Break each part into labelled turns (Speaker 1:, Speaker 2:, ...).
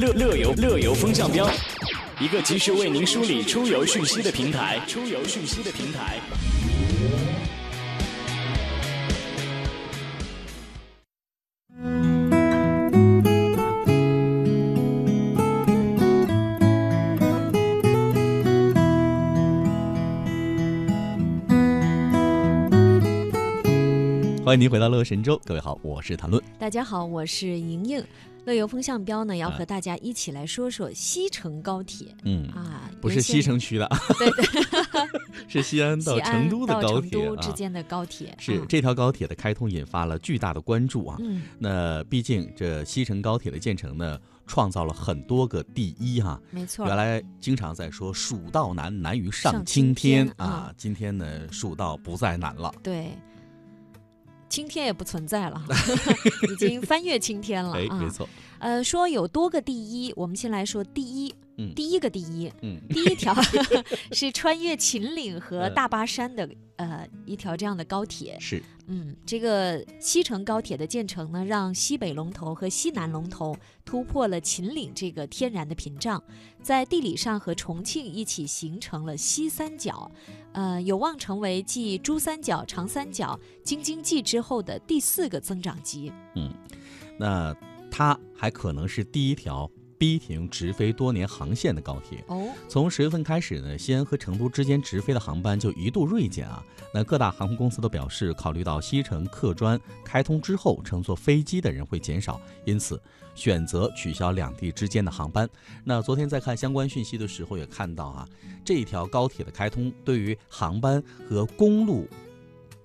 Speaker 1: 乐乐游乐游风向标，一个及时为您梳理出游讯息的平台。出游讯息的平台。
Speaker 2: 欢迎您回到乐神州，各位好，我是谭论。
Speaker 3: 大家好，我是莹莹。乐游风向标呢，要
Speaker 2: 啊
Speaker 3: 和大家一起来说说西城高铁
Speaker 2: 嗯，
Speaker 3: 啊，
Speaker 2: 不是
Speaker 3: 原先
Speaker 2: 西，城区的，
Speaker 3: 对对，
Speaker 2: 是西安到
Speaker 3: 西
Speaker 2: 成
Speaker 3: 安
Speaker 2: 都的
Speaker 3: 到
Speaker 2: 高
Speaker 3: 成
Speaker 2: 铁
Speaker 3: 都之
Speaker 2: 啊。
Speaker 3: 间的高铁
Speaker 2: 是
Speaker 3: 啊
Speaker 2: 这条高铁的开通引发了巨大的关注啊。
Speaker 3: 嗯
Speaker 2: 那毕竟这西城高铁的建成呢，创造了很多个第一哈、
Speaker 3: 没错儿，
Speaker 2: 原来经常在说“蜀道难，难于上
Speaker 3: 上
Speaker 2: 青
Speaker 3: 青
Speaker 2: 天”
Speaker 3: 天
Speaker 2: 啊，今天呢，蜀道不再难了。
Speaker 3: 对，青天也不存 在了， 已经翻越青天了
Speaker 2: 哎，没
Speaker 3: 啊。
Speaker 2: 错，
Speaker 3: 呃，说有多个第一，我们先来说第一
Speaker 2: 嗯，
Speaker 3: 第一个 第一，
Speaker 2: 嗯，
Speaker 3: 第一条 是穿越秦岭和大巴山的呃一条这样的高铁。
Speaker 2: 是，
Speaker 3: 嗯，这个西城高铁的建成呢，让西北龙头和西南龙头突破了秦岭这个天然的屏障，在地理上和重庆一起形成了西三角，呃，有望成为继珠三角、长三角、京津冀之后的第四个增长极。
Speaker 2: 嗯，那它还可能是第一条逼停直飞多年航线的高铁。
Speaker 3: 哦，
Speaker 2: 从十月份开始呢，西安和成都之间直飞的航班就一度锐减啊。那各大航空公司都表示，考虑到西城客专开通之后，乘坐飞机的人会减少，因此选择取消两地之间的航班。那昨天在看相关讯息的时候，也看到啊，这一条高铁的开通对于航班和公路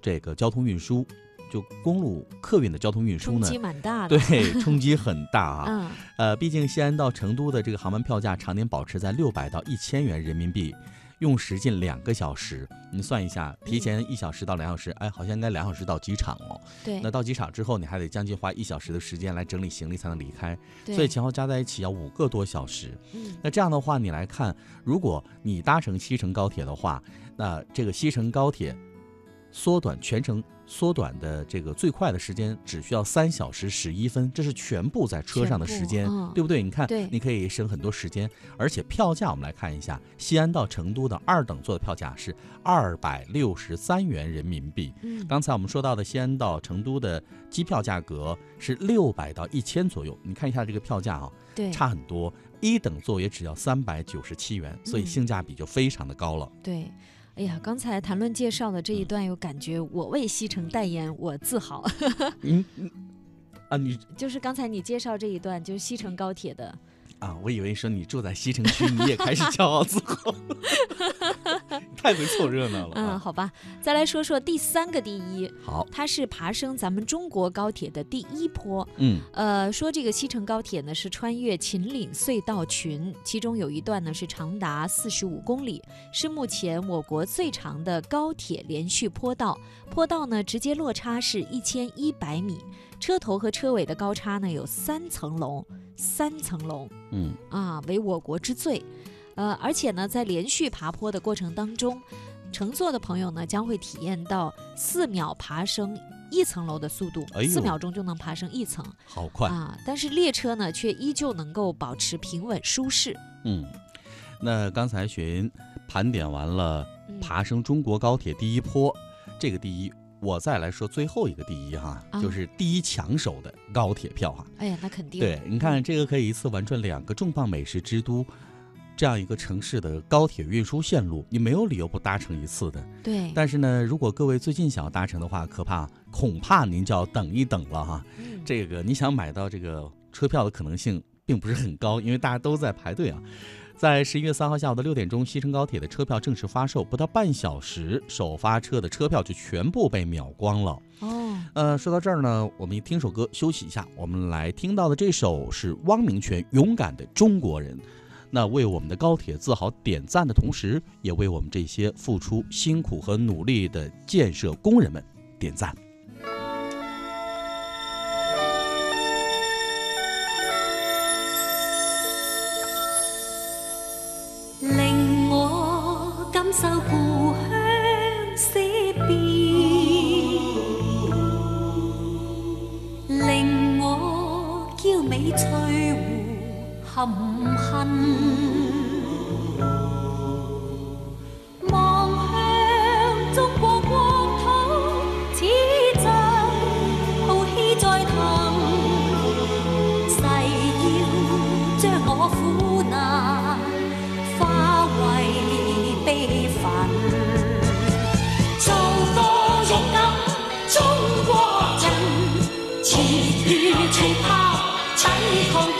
Speaker 2: 这个交通运输，就公路客运的交通运输
Speaker 3: 冲
Speaker 2: 呢
Speaker 3: 击，蛮大的。
Speaker 2: 对冲击很大啊。
Speaker 3: 嗯，
Speaker 2: 呃，毕竟西安到成都的这个航班票价常年保持在六百到一千元人民币，用时近两个小时。你算一下，提前一小时到两小时，哎，好像应该两小时到机场哦。
Speaker 3: 对
Speaker 2: 那，到机场之后，你还得将近花一小时的时间来整理行李才能离开，
Speaker 3: 对
Speaker 2: 所以前后加在一起要五个多小时。
Speaker 3: 嗯
Speaker 2: 那这样的话，你来看，如果你搭乘西城高铁的话，那这个西城高铁缩短全程缩短的这个最快的时间只需要三小时十一分，这是全部在车上的时间，
Speaker 3: 全部嗯
Speaker 2: 对不对？你看
Speaker 3: 对，
Speaker 2: 你可以省很多时间，而且票价我们来看一下，西安到成都的二等座的票价是二百六十三元人民币。
Speaker 3: 嗯，
Speaker 2: 刚才我们说到的西安到成都的机票价格是六百到一千左右，你看一下这个票价啊，
Speaker 3: 对
Speaker 2: 差很多。一等座也只要三百九十七元，所以
Speaker 3: 嗯
Speaker 2: 性价比就非常的高了。
Speaker 3: 对。哎呀，刚才谈论介绍的这一段，有感觉我为西城代言，我自豪。
Speaker 2: 嗯啊，你
Speaker 3: 就是刚才你介绍这一段，就是西城高铁的，
Speaker 2: 啊，我以为说你住在西城区，你也开始骄傲自豪， 太会凑热闹了
Speaker 3: 嗯，
Speaker 2: 啊！
Speaker 3: 好吧。再来说说第三个第一，
Speaker 2: 好，
Speaker 3: 它是爬升咱们中国高铁的第一坡。
Speaker 2: 嗯
Speaker 3: 呃，说这个西城高铁呢是穿越秦岭隧道群，其中有一段呢是长达四十五公里，是目前我国最长的高铁连续坡道。坡道呢直接落差是一千一百米，车头和车尾的高差呢有三层楼，三层楼。
Speaker 2: 嗯，
Speaker 3: 啊，为我国之最。呃，而且呢，在连续爬坡的过程当中，乘坐的朋友呢将会体验到四秒爬升一层楼的速度
Speaker 2: 哎，
Speaker 3: 四、
Speaker 2: 呦
Speaker 3: 秒钟就能爬升一层
Speaker 2: 好快，
Speaker 3: 啊！但是列车呢，却依旧能够保持平稳舒适。
Speaker 2: 嗯。那刚才雪银盘点完了
Speaker 3: 嗯、
Speaker 2: 爬升中国高铁第一坡，这个第一，我再来说最后一个第一哈，
Speaker 3: 啊
Speaker 2: 就是第一抢手的高铁票哈。
Speaker 3: 哎呀，那肯定
Speaker 2: 对，你看这个可以一次玩转两个重磅美食之都这样一个城市的高铁运输线路，你没有理由不搭乘一次的。
Speaker 3: 对，
Speaker 2: 但是呢，如果各位最近想要搭乘的话，可怕恐怕您就要等一等了哈。
Speaker 3: 嗯
Speaker 2: 这个你想买到这个车票的可能性并不是很高，因为大家都在排队啊。在十一月三号下午的六点钟，西城高铁的车票正式发售，不到半小时，首发车的车票就全部被秒光了。
Speaker 3: 哦，
Speaker 2: 呃，说到这儿呢，我们听首歌休息一下。我们来听到的这首是汪明荃《勇敢的中国人》，那为我们的高铁自豪点赞的同时，也为我们这些付出辛苦和努力的建设工人们点赞。
Speaker 4: 令我感受故鄉思變，令我嬌美翠湖含恨。望向中國國土，此際浩熙在騰，誓要將我苦難化為悲憤。做個勇敢中國人，持住旗炮抵抗敵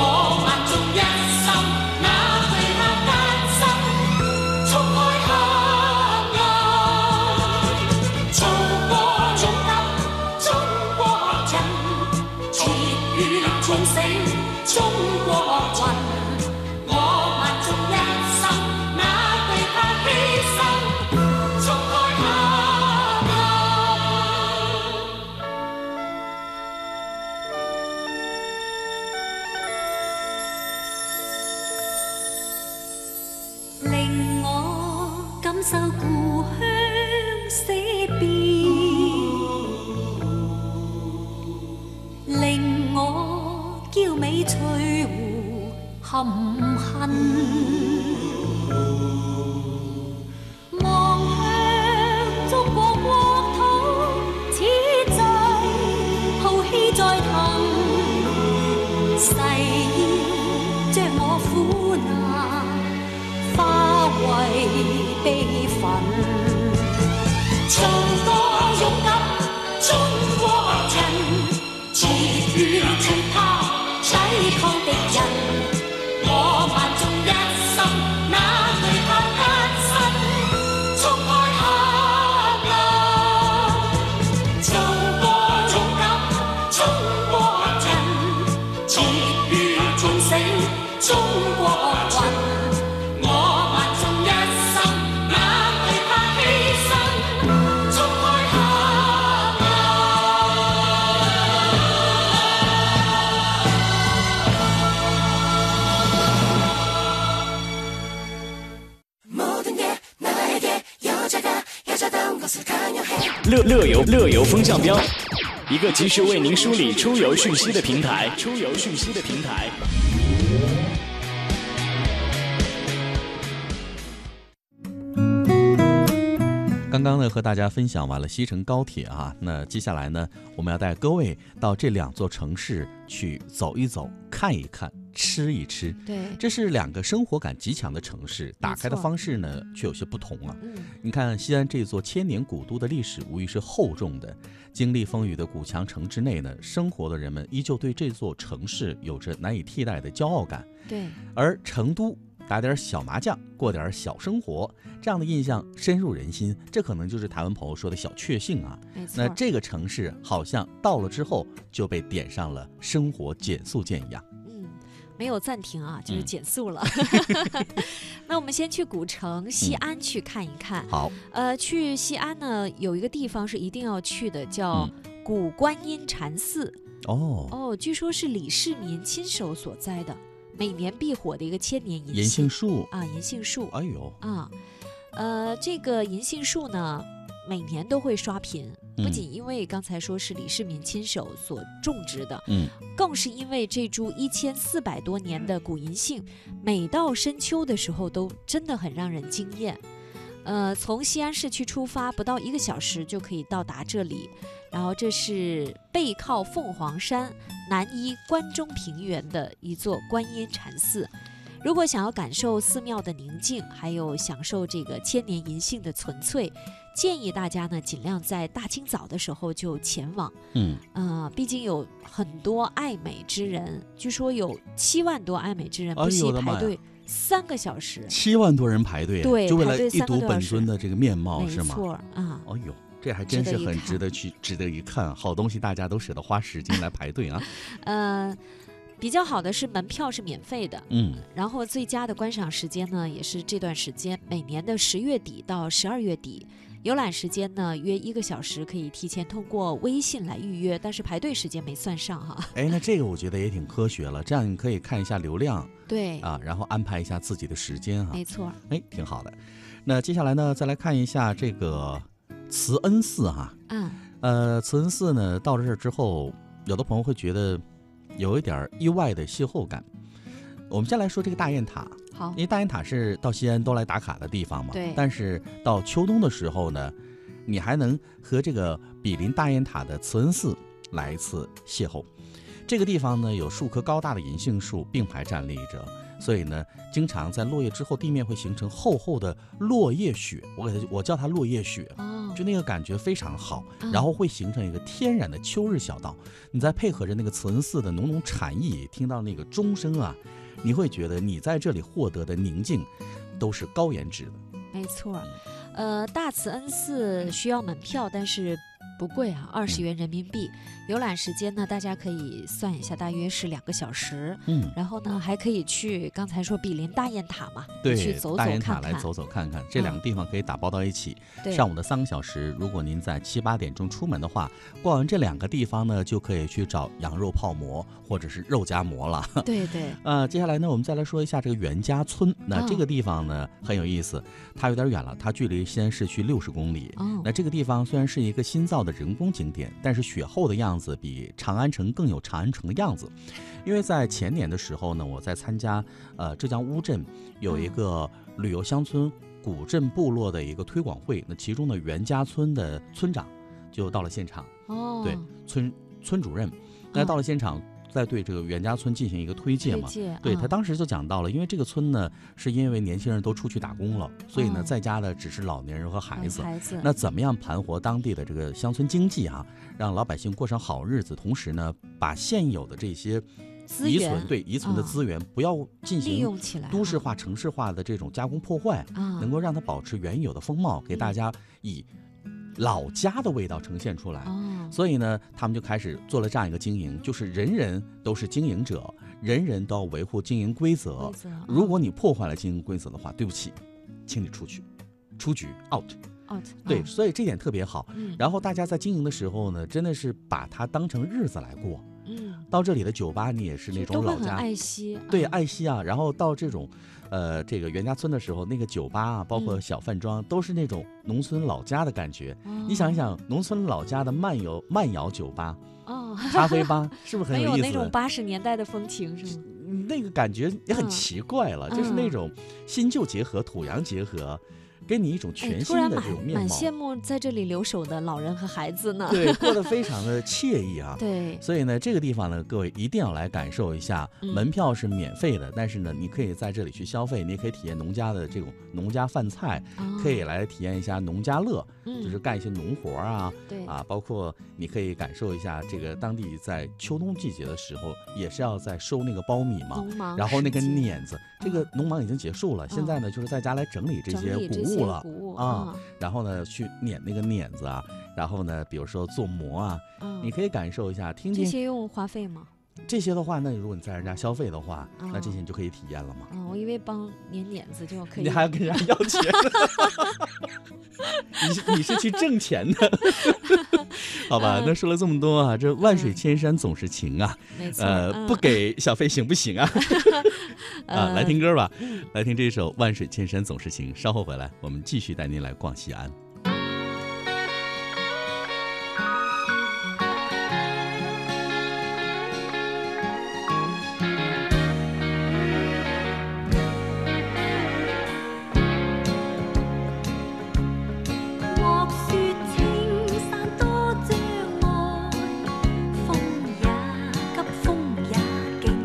Speaker 4: 我萬眾一心，哪懼怕艱辛，衝開黑暗。做個勇敢中國人，鐵血戰勝中國魂。我萬眾一心，哪懼怕犧牲，衝開黑暗。令我感受故鄉死別，令我嬌美翠湖含恨。望向中國國土，此際浩熙在騰。誓要將我苦難化為悲憤，做個勇敢中國人，持血旗炮抵抗敵人。我萬眾一心，哪懼怕艱辛，衝開黑暗。做個勇敢中國人，鐵血戰勝中國魂。我萬眾一心，哪懼怕犧牲，衝開黑暗。
Speaker 1: 乐乐游乐游风向标，一个及时为您梳理出游讯息的平台。出游讯息的平台。
Speaker 2: 刚刚呢，和大家分享完了西成高铁啊，那接下来呢，我们要带各位到这两座城市去走一走、看一看、吃一吃。
Speaker 3: 对，
Speaker 2: 这是两个生活感极强的城市，打开的
Speaker 3: 错
Speaker 2: 方式呢却有些不同啊。
Speaker 3: 嗯，
Speaker 2: 你看西安这座千年古都的历史无疑是厚重的，经历风雨的古墙城之内呢，生活的人们依旧对这座城市有着难以替代的骄傲感。
Speaker 3: 对，
Speaker 2: 而成都打点小麻将，过点小生活，这样的印象深入人心，这可能就是台湾朋友说的小确幸啊。
Speaker 3: 没错
Speaker 2: 那
Speaker 3: 儿。
Speaker 2: 这个城市好像到了之后就被点上了生活减速键一样。
Speaker 3: 嗯，没有暂停啊，就是
Speaker 2: 嗯
Speaker 3: 减速 了。那我们先去古城西安去看一看。
Speaker 2: 嗯好，
Speaker 3: 呃，去西安呢，有一个地方是一定要去的，叫古观音禅寺。
Speaker 2: 嗯哦，
Speaker 3: 哦，据说是李世民亲手所栽的，每年必火的一个千年银
Speaker 2: 银杏树，
Speaker 3: 啊，银杏树
Speaker 2: 哎呦，
Speaker 3: 啊，呃，这个银杏树呢，每年都会刷屏，不
Speaker 2: 嗯
Speaker 3: 仅因为刚才说是李世民亲手所种植的，
Speaker 2: 嗯，
Speaker 3: 更是因为这株一千四百多年的古银杏，每到深秋的时候都真的很让人惊艳。呃，从西安市区出发，不到一个小时就可以到达这里。然后这是背靠凤凰山，南依关中平原的一座观音禅寺。如果想要感受寺庙的宁静，还有享受这个千年银杏的纯粹，建议大家呢尽量在大清早的时候就前往。
Speaker 2: 嗯，
Speaker 3: 呃，毕竟有很多爱美之人，据说有七万多爱美之人
Speaker 2: 哎呦
Speaker 3: 不惜
Speaker 2: 我的妈
Speaker 3: 排
Speaker 2: 呀
Speaker 3: 队三个小时，
Speaker 2: 七万多人排队，
Speaker 3: 对
Speaker 2: 就为
Speaker 3: 排
Speaker 2: 了
Speaker 3: 队
Speaker 2: 一
Speaker 3: 三个
Speaker 2: 睹
Speaker 3: 多
Speaker 2: 本
Speaker 3: 小时
Speaker 2: 尊的这个面貌，
Speaker 3: 没
Speaker 2: 哦是吗？
Speaker 3: 错儿啊。
Speaker 2: 哦呦，这还真
Speaker 3: 值
Speaker 2: 是
Speaker 3: 得一
Speaker 2: 很
Speaker 3: 看
Speaker 2: 值得去，值得一看。好东西大家都舍得花时间来排队啊。
Speaker 3: 呃，比较好的是门票是免费的，
Speaker 2: 嗯，
Speaker 3: 然后最佳的观赏时间呢也是这段时间，每年的十月底到十二月底。游览时间呢约一个小时，可以提前通过微信来预约，但是排队时间没算上哈、
Speaker 2: 哎，那这个我觉得也挺科学了，这样你可以看一下流量
Speaker 3: 对，
Speaker 2: 啊，然后安排一下自己的时间啊，
Speaker 3: 没错儿，
Speaker 2: 哎，挺好的。那接下来呢，再来看一下这个慈恩寺哈、
Speaker 3: 嗯，
Speaker 2: 呃，慈恩寺呢，到了这儿之后，有的朋友会觉得有一点儿意外的邂逅感。我们先来说这个大雁塔，
Speaker 3: 好
Speaker 2: 因，为大雁塔是到西安都来打卡的地方嘛。
Speaker 3: 对
Speaker 2: 但是到秋冬的时候呢，你还能和这个比邻大雁塔的慈恩寺来一次邂逅。这个地方呢，有数棵高大的银杏树并排站立着，所以呢，经常在落叶之后，地面会形成厚厚的落叶雪。我给它，我叫它落叶雪。
Speaker 3: 哦，
Speaker 2: 就那个感觉非常好，
Speaker 3: 嗯
Speaker 2: 然后会形成一个天然的秋日小道。你再配合着那个慈恩寺的浓浓禅意，听到那个钟声啊，你会觉得你在这里获得的宁静都是高颜值的。
Speaker 3: 没错儿，
Speaker 2: 嗯
Speaker 3: 呃，大慈恩寺需要门票，但是不贵啊，二
Speaker 2: 嗯
Speaker 3: 十元人民币。游览时间呢，大家可以算一下，大约是两个小时。
Speaker 2: 嗯，
Speaker 3: 然后呢，还可以去刚才说比邻大雁塔嘛，
Speaker 2: 对，
Speaker 3: 去走走
Speaker 2: 大雁塔
Speaker 3: 看
Speaker 2: 来
Speaker 3: 看。
Speaker 2: 走走看看，这两个地方可以打包到一起。
Speaker 3: 对，
Speaker 2: 上午的三个小时，如果您在七八点钟出门的话，逛完这两个地方呢，就可以去找羊肉泡馍或者是肉夹馍了。
Speaker 3: 对 对，
Speaker 2: 呃，接下来呢，我们再来说一下这个袁家村。那这
Speaker 3: 哦
Speaker 2: 个地方呢、很有意思，它有点远了，它距离西安市区六十公里。
Speaker 3: 哦
Speaker 2: 那，这个地方虽然是一个新造的人工景点，但是雪后的样子比长安城更有长安城的样子。因为在前年的时候呢，我在参加呃浙江乌镇有一
Speaker 3: 嗯
Speaker 2: 个旅游乡村古镇部落的一个推广会，那其中的袁家村的村长就到了现场，
Speaker 3: 哦，
Speaker 2: 对村村主任，那
Speaker 3: 嗯
Speaker 2: 到了现场。再对这个袁家村进行一个推介
Speaker 3: 推
Speaker 2: 嘛，
Speaker 3: 荐，
Speaker 2: 对他
Speaker 3: 嗯
Speaker 2: 当时就讲到了，因为这个村呢，是因为年轻人都出去打工了，所以呢，
Speaker 3: 哦
Speaker 2: 在家的只是老年人和孩
Speaker 3: 嗯
Speaker 2: 子。
Speaker 3: 孩子，
Speaker 2: 那怎么样盘活当地的这个乡村经济啊，让老百姓过上好日子，同时呢，把现有的这些
Speaker 3: 资
Speaker 2: 遗
Speaker 3: 源
Speaker 2: 存对遗存的
Speaker 3: 嗯
Speaker 2: 资源不要进
Speaker 3: 利
Speaker 2: 行
Speaker 3: 用起来，
Speaker 2: 都市化、城市化的这种加工破坏，
Speaker 3: 啊，
Speaker 2: 能够让它保持原有的风貌，给大
Speaker 3: 嗯
Speaker 2: 家以老家的味道呈现出来。
Speaker 3: 哦，
Speaker 2: 所以呢，他们就开始做了这样一个经营，就是人人都是经营者，人人都要维护经营规则
Speaker 3: 规。则
Speaker 2: 如果你破坏了经营规则的话，对不起，请你出去，出局 out。
Speaker 3: out，
Speaker 2: 对，
Speaker 3: 嗯
Speaker 2: 所以这点特别好。
Speaker 3: 嗯
Speaker 2: 然后大家在经营的时候呢，真的是把它当成日子来过。
Speaker 3: 嗯，
Speaker 2: 到这里的酒吧，你也是那
Speaker 3: 都
Speaker 2: 种
Speaker 3: 会
Speaker 2: 老
Speaker 3: 很
Speaker 2: 家，
Speaker 3: 爱惜，
Speaker 2: 对
Speaker 3: 嗯
Speaker 2: 爱惜啊。然后到这种，呃，这个袁家村的时候，那个酒吧啊，包括
Speaker 3: 嗯
Speaker 2: 小饭庄，都是那种农村老家的感觉。你
Speaker 3: 哦
Speaker 2: 想一想，农村老家的慢游慢摇酒吧，
Speaker 3: 哦，
Speaker 2: 咖啡吧，是不是很
Speaker 3: 很有
Speaker 2: 意
Speaker 3: 那种
Speaker 2: 思？
Speaker 3: 八十年代的风情，是吗？哎
Speaker 2: 那个感觉也很
Speaker 3: 嗯
Speaker 2: 奇怪了，就是那
Speaker 3: 嗯
Speaker 2: 种新旧结合、土洋结合，给你一种
Speaker 3: 哎，
Speaker 2: 全
Speaker 3: 突
Speaker 2: 新
Speaker 3: 然
Speaker 2: 的
Speaker 3: 蛮
Speaker 2: 这种面
Speaker 3: 蛮
Speaker 2: 貌，
Speaker 3: 羡慕在这里留守的老人和孩子呢。
Speaker 2: 对，过得非常的惬意 啊。
Speaker 3: 对，
Speaker 2: 所以呢，这个地方呢，各位一定要来感受一下。
Speaker 3: 嗯
Speaker 2: 门票是免费的，但是呢，你可以在这里去消费，你也可以体验农家的这种农家饭菜，
Speaker 3: 哦
Speaker 2: 可以来体验一下农家乐，就是
Speaker 3: 嗯，
Speaker 2: 干一些农活啊，
Speaker 3: 对，
Speaker 2: 啊，包括你可以感受一下这个当地在秋冬季节的时候，也是要在收那个苞米嘛，
Speaker 3: 农忙
Speaker 2: 然后那个
Speaker 3: 时节
Speaker 2: 碾子，这个农忙已经结束了，现在呢就是在家来整理这
Speaker 3: 整
Speaker 2: 些
Speaker 3: 理
Speaker 2: 谷
Speaker 3: 这些
Speaker 2: 物了
Speaker 3: 谷，物
Speaker 2: 啊，然后呢去碾那个碾子啊，然后呢比如说做馍啊，
Speaker 3: 嗯
Speaker 2: 你
Speaker 3: 嗯
Speaker 2: 可以感受一下，听
Speaker 3: 这
Speaker 2: 听
Speaker 3: 些用花费吗？
Speaker 2: 这些的话，那如果你在人家消费的话，那这
Speaker 3: 哦
Speaker 2: 些你就可以体验了嘛，
Speaker 3: 嗯，我以为帮您碾子就可以。
Speaker 2: 你还要跟人家要 钱。你是你是去挣钱 的，好吧？那说了这么多啊，这万水
Speaker 3: 嗯
Speaker 2: 千山总是情啊，
Speaker 3: 没错，
Speaker 2: 呃，不
Speaker 3: 嗯
Speaker 2: 给小费行不行啊？啊，来
Speaker 3: 呃
Speaker 2: 听歌吧，来听这首《万水千山总是情》。稍后回来，我们继续带您来逛西安。
Speaker 4: 莫说青山多障礙，風也急，風也勁。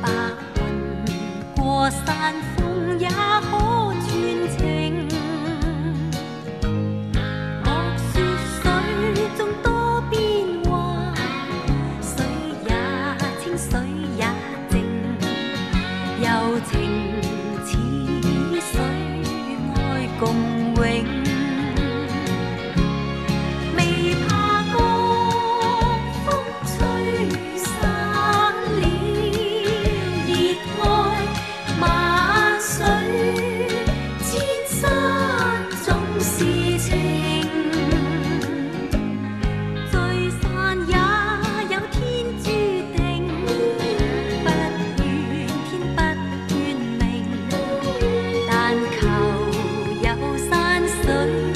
Speaker 4: 白雲過山峰也可穿情。莫說水中多變幻，水也清，水也靜。柔情似水，愛共永。未怕江風吹散了熱愛，萬水千山總是情。聚散也有天注定，不怨天不怨命，但求有心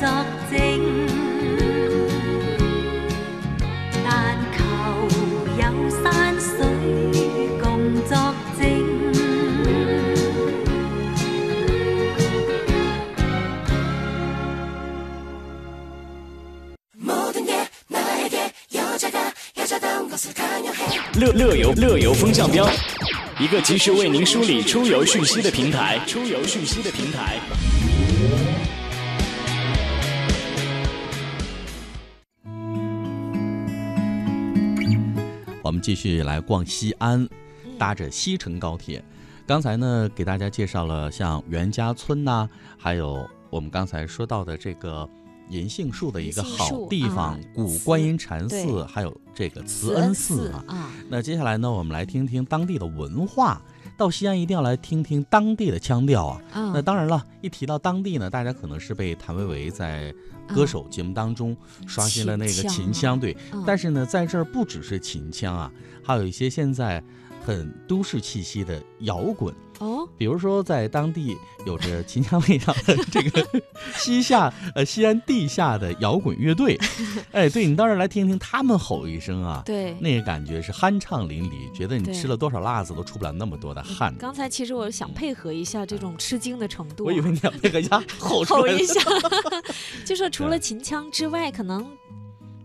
Speaker 4: 作證，但求有山水共作證。
Speaker 1: 乐乐游乐游风向标，一个及时为您梳理出游讯息的平台。出游讯息的平台。
Speaker 2: 我们继续来逛西安，搭着西城高铁。刚才呢，给大家介绍了像袁家村呐、还有我们刚才说到的这个银杏树的一个
Speaker 3: 银杏
Speaker 2: 好
Speaker 3: 树
Speaker 2: 地
Speaker 3: 啊
Speaker 2: 方——古
Speaker 3: 慈
Speaker 2: 观音禅寺，
Speaker 3: 对
Speaker 2: 还有这个
Speaker 3: 慈
Speaker 2: 慈
Speaker 3: 恩
Speaker 2: 恩
Speaker 3: 寺
Speaker 2: 寺啊。
Speaker 3: 啊，
Speaker 2: 那接下来呢，我们来听听当地的文化。到西安一定要来听听当地的腔调啊！
Speaker 3: 嗯
Speaker 2: 那当然了，一提到当地呢，大家可能是被谭维维在歌手节目当中刷新了那个
Speaker 3: 嗯
Speaker 2: 秦
Speaker 3: 秦腔啊
Speaker 2: 腔，对。
Speaker 3: 嗯
Speaker 2: 但是呢，在这儿不只是秦腔啊，还有一些现在很都市气息的摇滚，
Speaker 3: 哦，
Speaker 2: 比如说在当地有着秦腔味道的这 个西夏呃西安地下的摇滚乐 队，哎，对你到这儿来听听他们吼一声啊，
Speaker 3: 对。
Speaker 2: 那个感觉是酣畅淋漓，觉得你吃了多少辣子都出不了那么多的汗。
Speaker 3: 刚才其实我想配合一下这种吃惊的程度啊，
Speaker 2: 我以为你要配合 一下吼出
Speaker 3: 吼
Speaker 2: 来
Speaker 3: 一
Speaker 2: 的
Speaker 3: 下，就说除
Speaker 2: 对
Speaker 3: 了秦腔之外，可能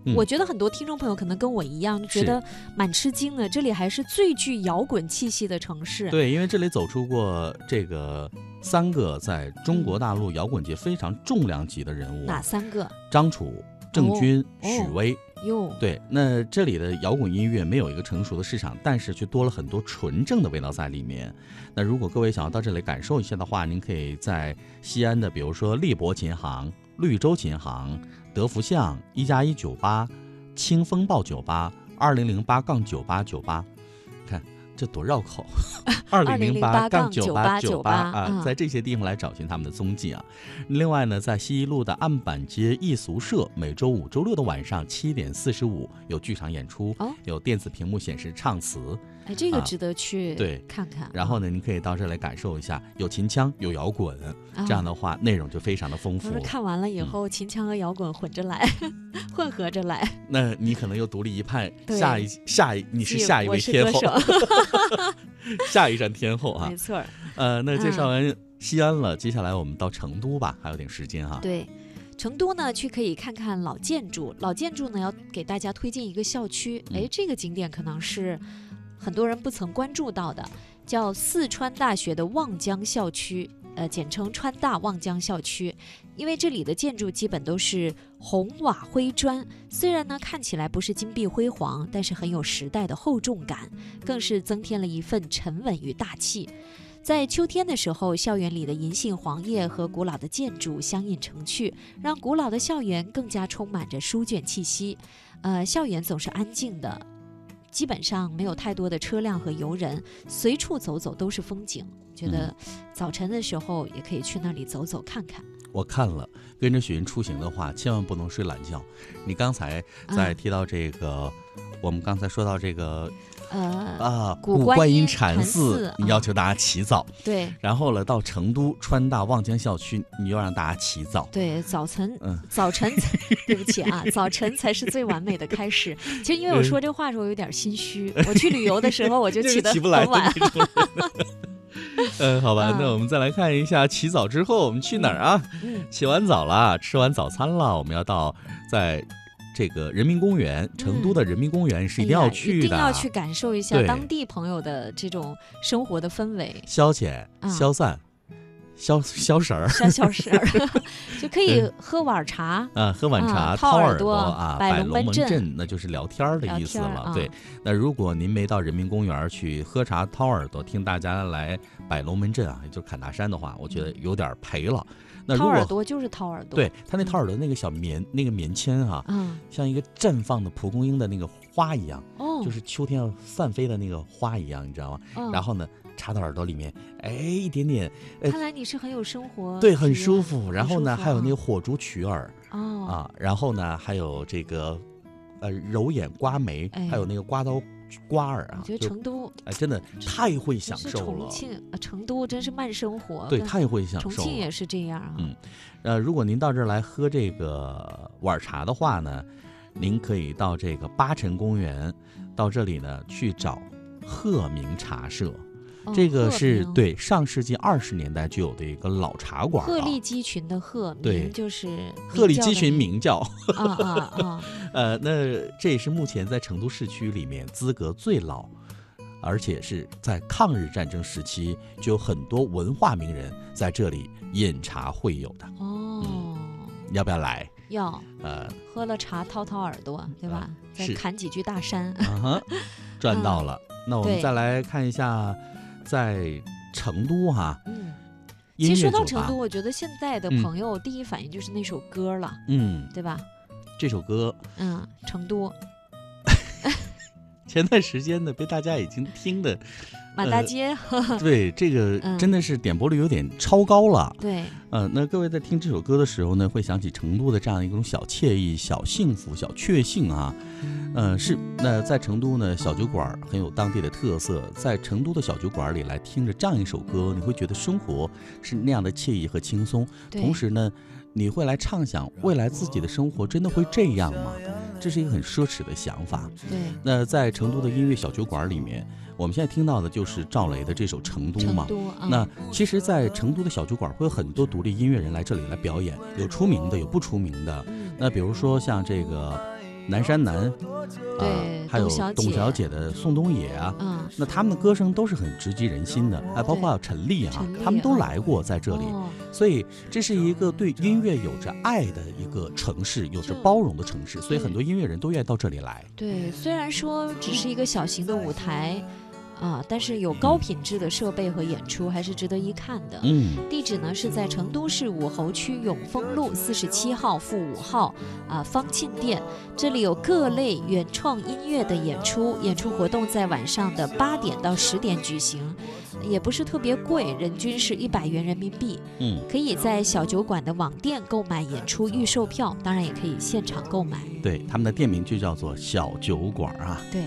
Speaker 2: 嗯
Speaker 3: 我觉得很多听众朋友可能跟我一样，觉
Speaker 2: 是
Speaker 3: 得蛮吃惊的。这里还是最具摇滚气息的城市，
Speaker 2: 对，因为这里走出过这个三个在中
Speaker 3: 嗯
Speaker 2: 国大陆摇滚界非常重量级的人物啊，
Speaker 3: 哪三个？
Speaker 2: 张楚、郑钧、许
Speaker 3: 哦
Speaker 2: 巍。
Speaker 3: 哟，
Speaker 2: 对，那这里的摇滚音乐没有一个成熟的市场，但是却多了很多纯正的味道在里面。那如果各位想要到这里感受一下的话，您可以在西安的，比如说利博琴行、绿洲琴行、德福巷、一加一酒吧、清风暴酒吧、二零零八杠九八九八，看这多绕 口，二杠
Speaker 3: 2008杠
Speaker 2: 九八九八
Speaker 3: 98
Speaker 2: 啊，
Speaker 3: 嗯
Speaker 2: 在这些地方来找寻他们的踪迹啊。另外呢，在西一路的岸板街艺俗社，每周五、周六的晚上七点四十五有剧场演出，
Speaker 3: 哦
Speaker 2: 有电子屏幕显示唱词。
Speaker 3: 哎，这
Speaker 2: 啊
Speaker 3: 个值得去
Speaker 2: 对
Speaker 3: 看看啊。
Speaker 2: 然后呢，您可以到这儿来感受一下，有秦腔，有摇滚，
Speaker 3: 啊
Speaker 2: 这样的嗯话内容就非常的丰
Speaker 3: 我
Speaker 2: 富
Speaker 3: 说。看完了以后，秦腔和摇滚混着来， 混合着来。
Speaker 2: 那你可能又独立一派，
Speaker 3: 对
Speaker 2: 下一下一你是
Speaker 3: 因为
Speaker 2: 下一
Speaker 3: 我
Speaker 2: 位
Speaker 3: 是
Speaker 2: 天
Speaker 3: 歌
Speaker 2: 后，啊
Speaker 3: 手
Speaker 2: 下一站天后啊
Speaker 3: 没。错儿，
Speaker 2: 呃，那介绍
Speaker 3: 嗯
Speaker 2: 完西安了，接下来我们到成都吧，还有点时间哈。
Speaker 3: 对。成都呢，去可以看看老建筑。老建筑呢，要给大家推荐一个校区。哎
Speaker 2: 嗯，
Speaker 3: 这个景点可能是很多人不曾关注到的，叫四川大学的望江校区，呃，简称川大望江校区。因为这里的建筑基本都是红瓦灰砖，虽然呢看起来不是金碧辉煌，但是很有时代的厚重感，更是增添了一份沉稳与大气。在秋天的时候，校园里的银杏黄叶和古老的建筑相映成趣，让古老的校园更加充满着书卷气息。呃，校园总是安静的，基本上没有太多的车辆和游人，随处走走都是风景。觉得
Speaker 2: 嗯
Speaker 3: 早晨的时候也可以去那里走走看看。
Speaker 2: 我看了，跟着雪云出行的话，千万不能睡懒觉。你刚才在
Speaker 3: 啊
Speaker 2: 提到这个，我们刚才说到这个
Speaker 3: 嗯呃，
Speaker 2: 啊，
Speaker 3: 古观
Speaker 2: 观音
Speaker 3: 音
Speaker 2: 禅
Speaker 3: 禅
Speaker 2: 寺
Speaker 3: 寺，
Speaker 2: 你
Speaker 3: 啊
Speaker 2: 要求大家起早，
Speaker 3: 对
Speaker 2: 然后了到成都川大望江校区，你又让大家起早。
Speaker 3: 对，早晨
Speaker 2: 嗯，
Speaker 3: 早晨才， 对不起啊，早晨才是最完美的开始。其实因为我说这话的时候有点心虚，我去旅游的时候我就
Speaker 2: 呃 就是
Speaker 3: 起得
Speaker 2: 起
Speaker 3: 很
Speaker 2: 不来的
Speaker 3: 晚。
Speaker 2: 那种 人。嗯，好吧，
Speaker 3: 嗯
Speaker 2: 那我们再来看一下起早之后我们去哪儿啊？
Speaker 3: 嗯
Speaker 2: 洗完澡了，吃完早餐了，我们要到在这个人民公园，成都的人民公园是一定
Speaker 3: 哎呀
Speaker 2: 要去
Speaker 3: 一
Speaker 2: 的，
Speaker 3: 定要去感受一下
Speaker 2: 对，
Speaker 3: 当地朋友的这种生活的氛围
Speaker 2: 消遣、
Speaker 3: 嗯
Speaker 2: 消散、消消神儿
Speaker 3: 山小食儿 就可以
Speaker 2: 嗯
Speaker 3: 喝碗茶。
Speaker 2: 啊，喝碗茶、
Speaker 3: 嗯
Speaker 2: 掏
Speaker 3: 掏
Speaker 2: 耳
Speaker 3: 耳
Speaker 2: 朵
Speaker 3: 朵
Speaker 2: 啊，
Speaker 3: 摆
Speaker 2: 摆
Speaker 3: 龙
Speaker 2: 龙门
Speaker 3: 门阵
Speaker 2: 阵，那就是聊天儿的
Speaker 3: 聊
Speaker 2: 意思
Speaker 3: 天儿
Speaker 2: 了。
Speaker 3: 啊
Speaker 2: 对，那如果您没到人民公园儿去喝茶、掏耳朵，听大家来摆龙门阵啊，也就是侃大山的话，我觉得有点儿赔了。那如
Speaker 3: 掏耳
Speaker 2: 果
Speaker 3: 朵就是掏耳朵，
Speaker 2: 对，他那
Speaker 3: 嗯
Speaker 2: 掏耳朵那个小棉那个棉签啊，
Speaker 3: 嗯，
Speaker 2: 像一个绽放的蒲公英的那个花一样，
Speaker 3: 哦，
Speaker 2: 就是秋天要散飞的那个花一样，你知道吗？
Speaker 3: 嗯
Speaker 2: 然后呢，插到耳朵里面，哎，一点点，哎
Speaker 3: 看来你是很有生活体验，
Speaker 2: 对，很舒服。
Speaker 3: 嗯啊很
Speaker 2: 然后
Speaker 3: 舒
Speaker 2: 呢，
Speaker 3: 服
Speaker 2: 还有
Speaker 3: 啊
Speaker 2: 那个火烛取耳
Speaker 3: 哦，
Speaker 2: 啊啊，然后呢，还有这个呃揉眼刮眉，
Speaker 3: 哎
Speaker 2: 还有那个刮刀瓜儿啊
Speaker 3: 我，觉得
Speaker 2: 就
Speaker 3: 成都
Speaker 2: 哎真的太会享
Speaker 3: 是
Speaker 2: 受
Speaker 3: 重
Speaker 2: 了，
Speaker 3: 庆啊，成都真是慢生活，
Speaker 2: 对，
Speaker 3: 跟
Speaker 2: 太会享
Speaker 3: 重
Speaker 2: 受
Speaker 3: 庆
Speaker 2: 了。
Speaker 3: 也是这样啊。
Speaker 2: 嗯呃，如果您到这儿来喝这个碗儿茶的话呢，您可以到这个八辰公园，到这里呢去找鹤鸣茶社。
Speaker 3: 哦
Speaker 2: 这个
Speaker 3: 鹤
Speaker 2: 是
Speaker 3: 鸣
Speaker 2: 对上世纪二十年代就有的一个老茶馆
Speaker 3: 鹤
Speaker 2: 了、
Speaker 3: 立鸡群的鹤，
Speaker 2: 对
Speaker 3: 鸣就是
Speaker 2: 鹤立
Speaker 3: 鸣叫
Speaker 2: 鸡
Speaker 3: 的
Speaker 2: 群鸣叫，
Speaker 3: 啊啊 啊！
Speaker 2: 呃，那这也是目前在成都市区里面资格最老，而且是在抗日战争时期就有很多文化名人在这里饮茶会友的，
Speaker 3: 哦，
Speaker 2: 要不要来？
Speaker 3: 要
Speaker 2: 呃，
Speaker 3: 喝了茶掏掏耳朵，对吧？
Speaker 2: 嗯
Speaker 3: 再
Speaker 2: 啊是
Speaker 3: 砍几句大 山。
Speaker 2: 啊哈，赚到了。那我们
Speaker 3: 嗯对
Speaker 2: 再来看一下，在成都哈、
Speaker 3: 嗯，
Speaker 2: 音
Speaker 3: 其实
Speaker 2: 乐
Speaker 3: 说
Speaker 2: 酒
Speaker 3: 到成
Speaker 2: 吧
Speaker 3: 都，，我觉得现在的
Speaker 2: 嗯
Speaker 3: 朋友第一反应就是那首歌了，
Speaker 2: 嗯，
Speaker 3: 对吧？
Speaker 2: 这首歌
Speaker 3: 嗯，成都
Speaker 2: 前段时间呢被大家已经听的，
Speaker 3: 满大
Speaker 2: 呃
Speaker 3: 街，
Speaker 2: 对这个
Speaker 3: 嗯
Speaker 2: 真的是点播率有点超高了。
Speaker 3: 对，
Speaker 2: 嗯，那各位在听这首歌的时候呢，会想起成都的这样一种小惬意、小幸福、小确幸啊。嗯，是。那在成都呢，小酒馆儿很有当地的特色。在成都的小酒馆儿里来听着这样一首歌，你会觉得生活是那样的惬意和轻松。
Speaker 3: 对
Speaker 2: 同时呢，你会来畅想未来自己的生活真的会这样吗？这是一个很奢侈的想法。
Speaker 3: 对，
Speaker 2: 那在成都的音乐小酒馆儿里面，我们现在听到的就是赵雷的这首《成都》嘛
Speaker 3: 成。都啊，
Speaker 2: 那其实，在成都的小酒馆会有很多独立音乐人来这里来表演，有出名的，有不出名的。
Speaker 3: 嗯
Speaker 2: 那比如说像这个南山南，啊、
Speaker 3: 对
Speaker 2: 还有
Speaker 3: 董小姐
Speaker 2: 董小姐的宋冬野啊，
Speaker 3: 嗯，
Speaker 2: 那他们的歌声都是很直击人心的，哎还包括陈粒啊
Speaker 3: 陈，粒
Speaker 2: 他们都
Speaker 3: 啊
Speaker 2: 来过在这里，
Speaker 3: 哦
Speaker 2: 所以这是一个对音乐有着爱的一个城市，有着
Speaker 3: 就
Speaker 2: 包容的城市，所以
Speaker 3: 对
Speaker 2: 很多音乐人都愿意到这里来。
Speaker 3: 对，虽然说只是一个小型的舞台，啊，但是有高品质的设备和演出，还是值得一看的。
Speaker 2: 嗯，
Speaker 3: 地址呢是在成都市武侯区永丰路四十七号负五号啊方庆店，这里有各类原创音乐的演出，演出活动在晚上的八点到十点举行，也不是特别贵，人均是一百元人民币。
Speaker 2: 嗯，
Speaker 3: 可以在小酒馆的网店购买演出预
Speaker 2: 嗯
Speaker 3: 售票，当然也可以现场购买。
Speaker 2: 对，他们的店名就叫做小酒馆啊。
Speaker 3: 对，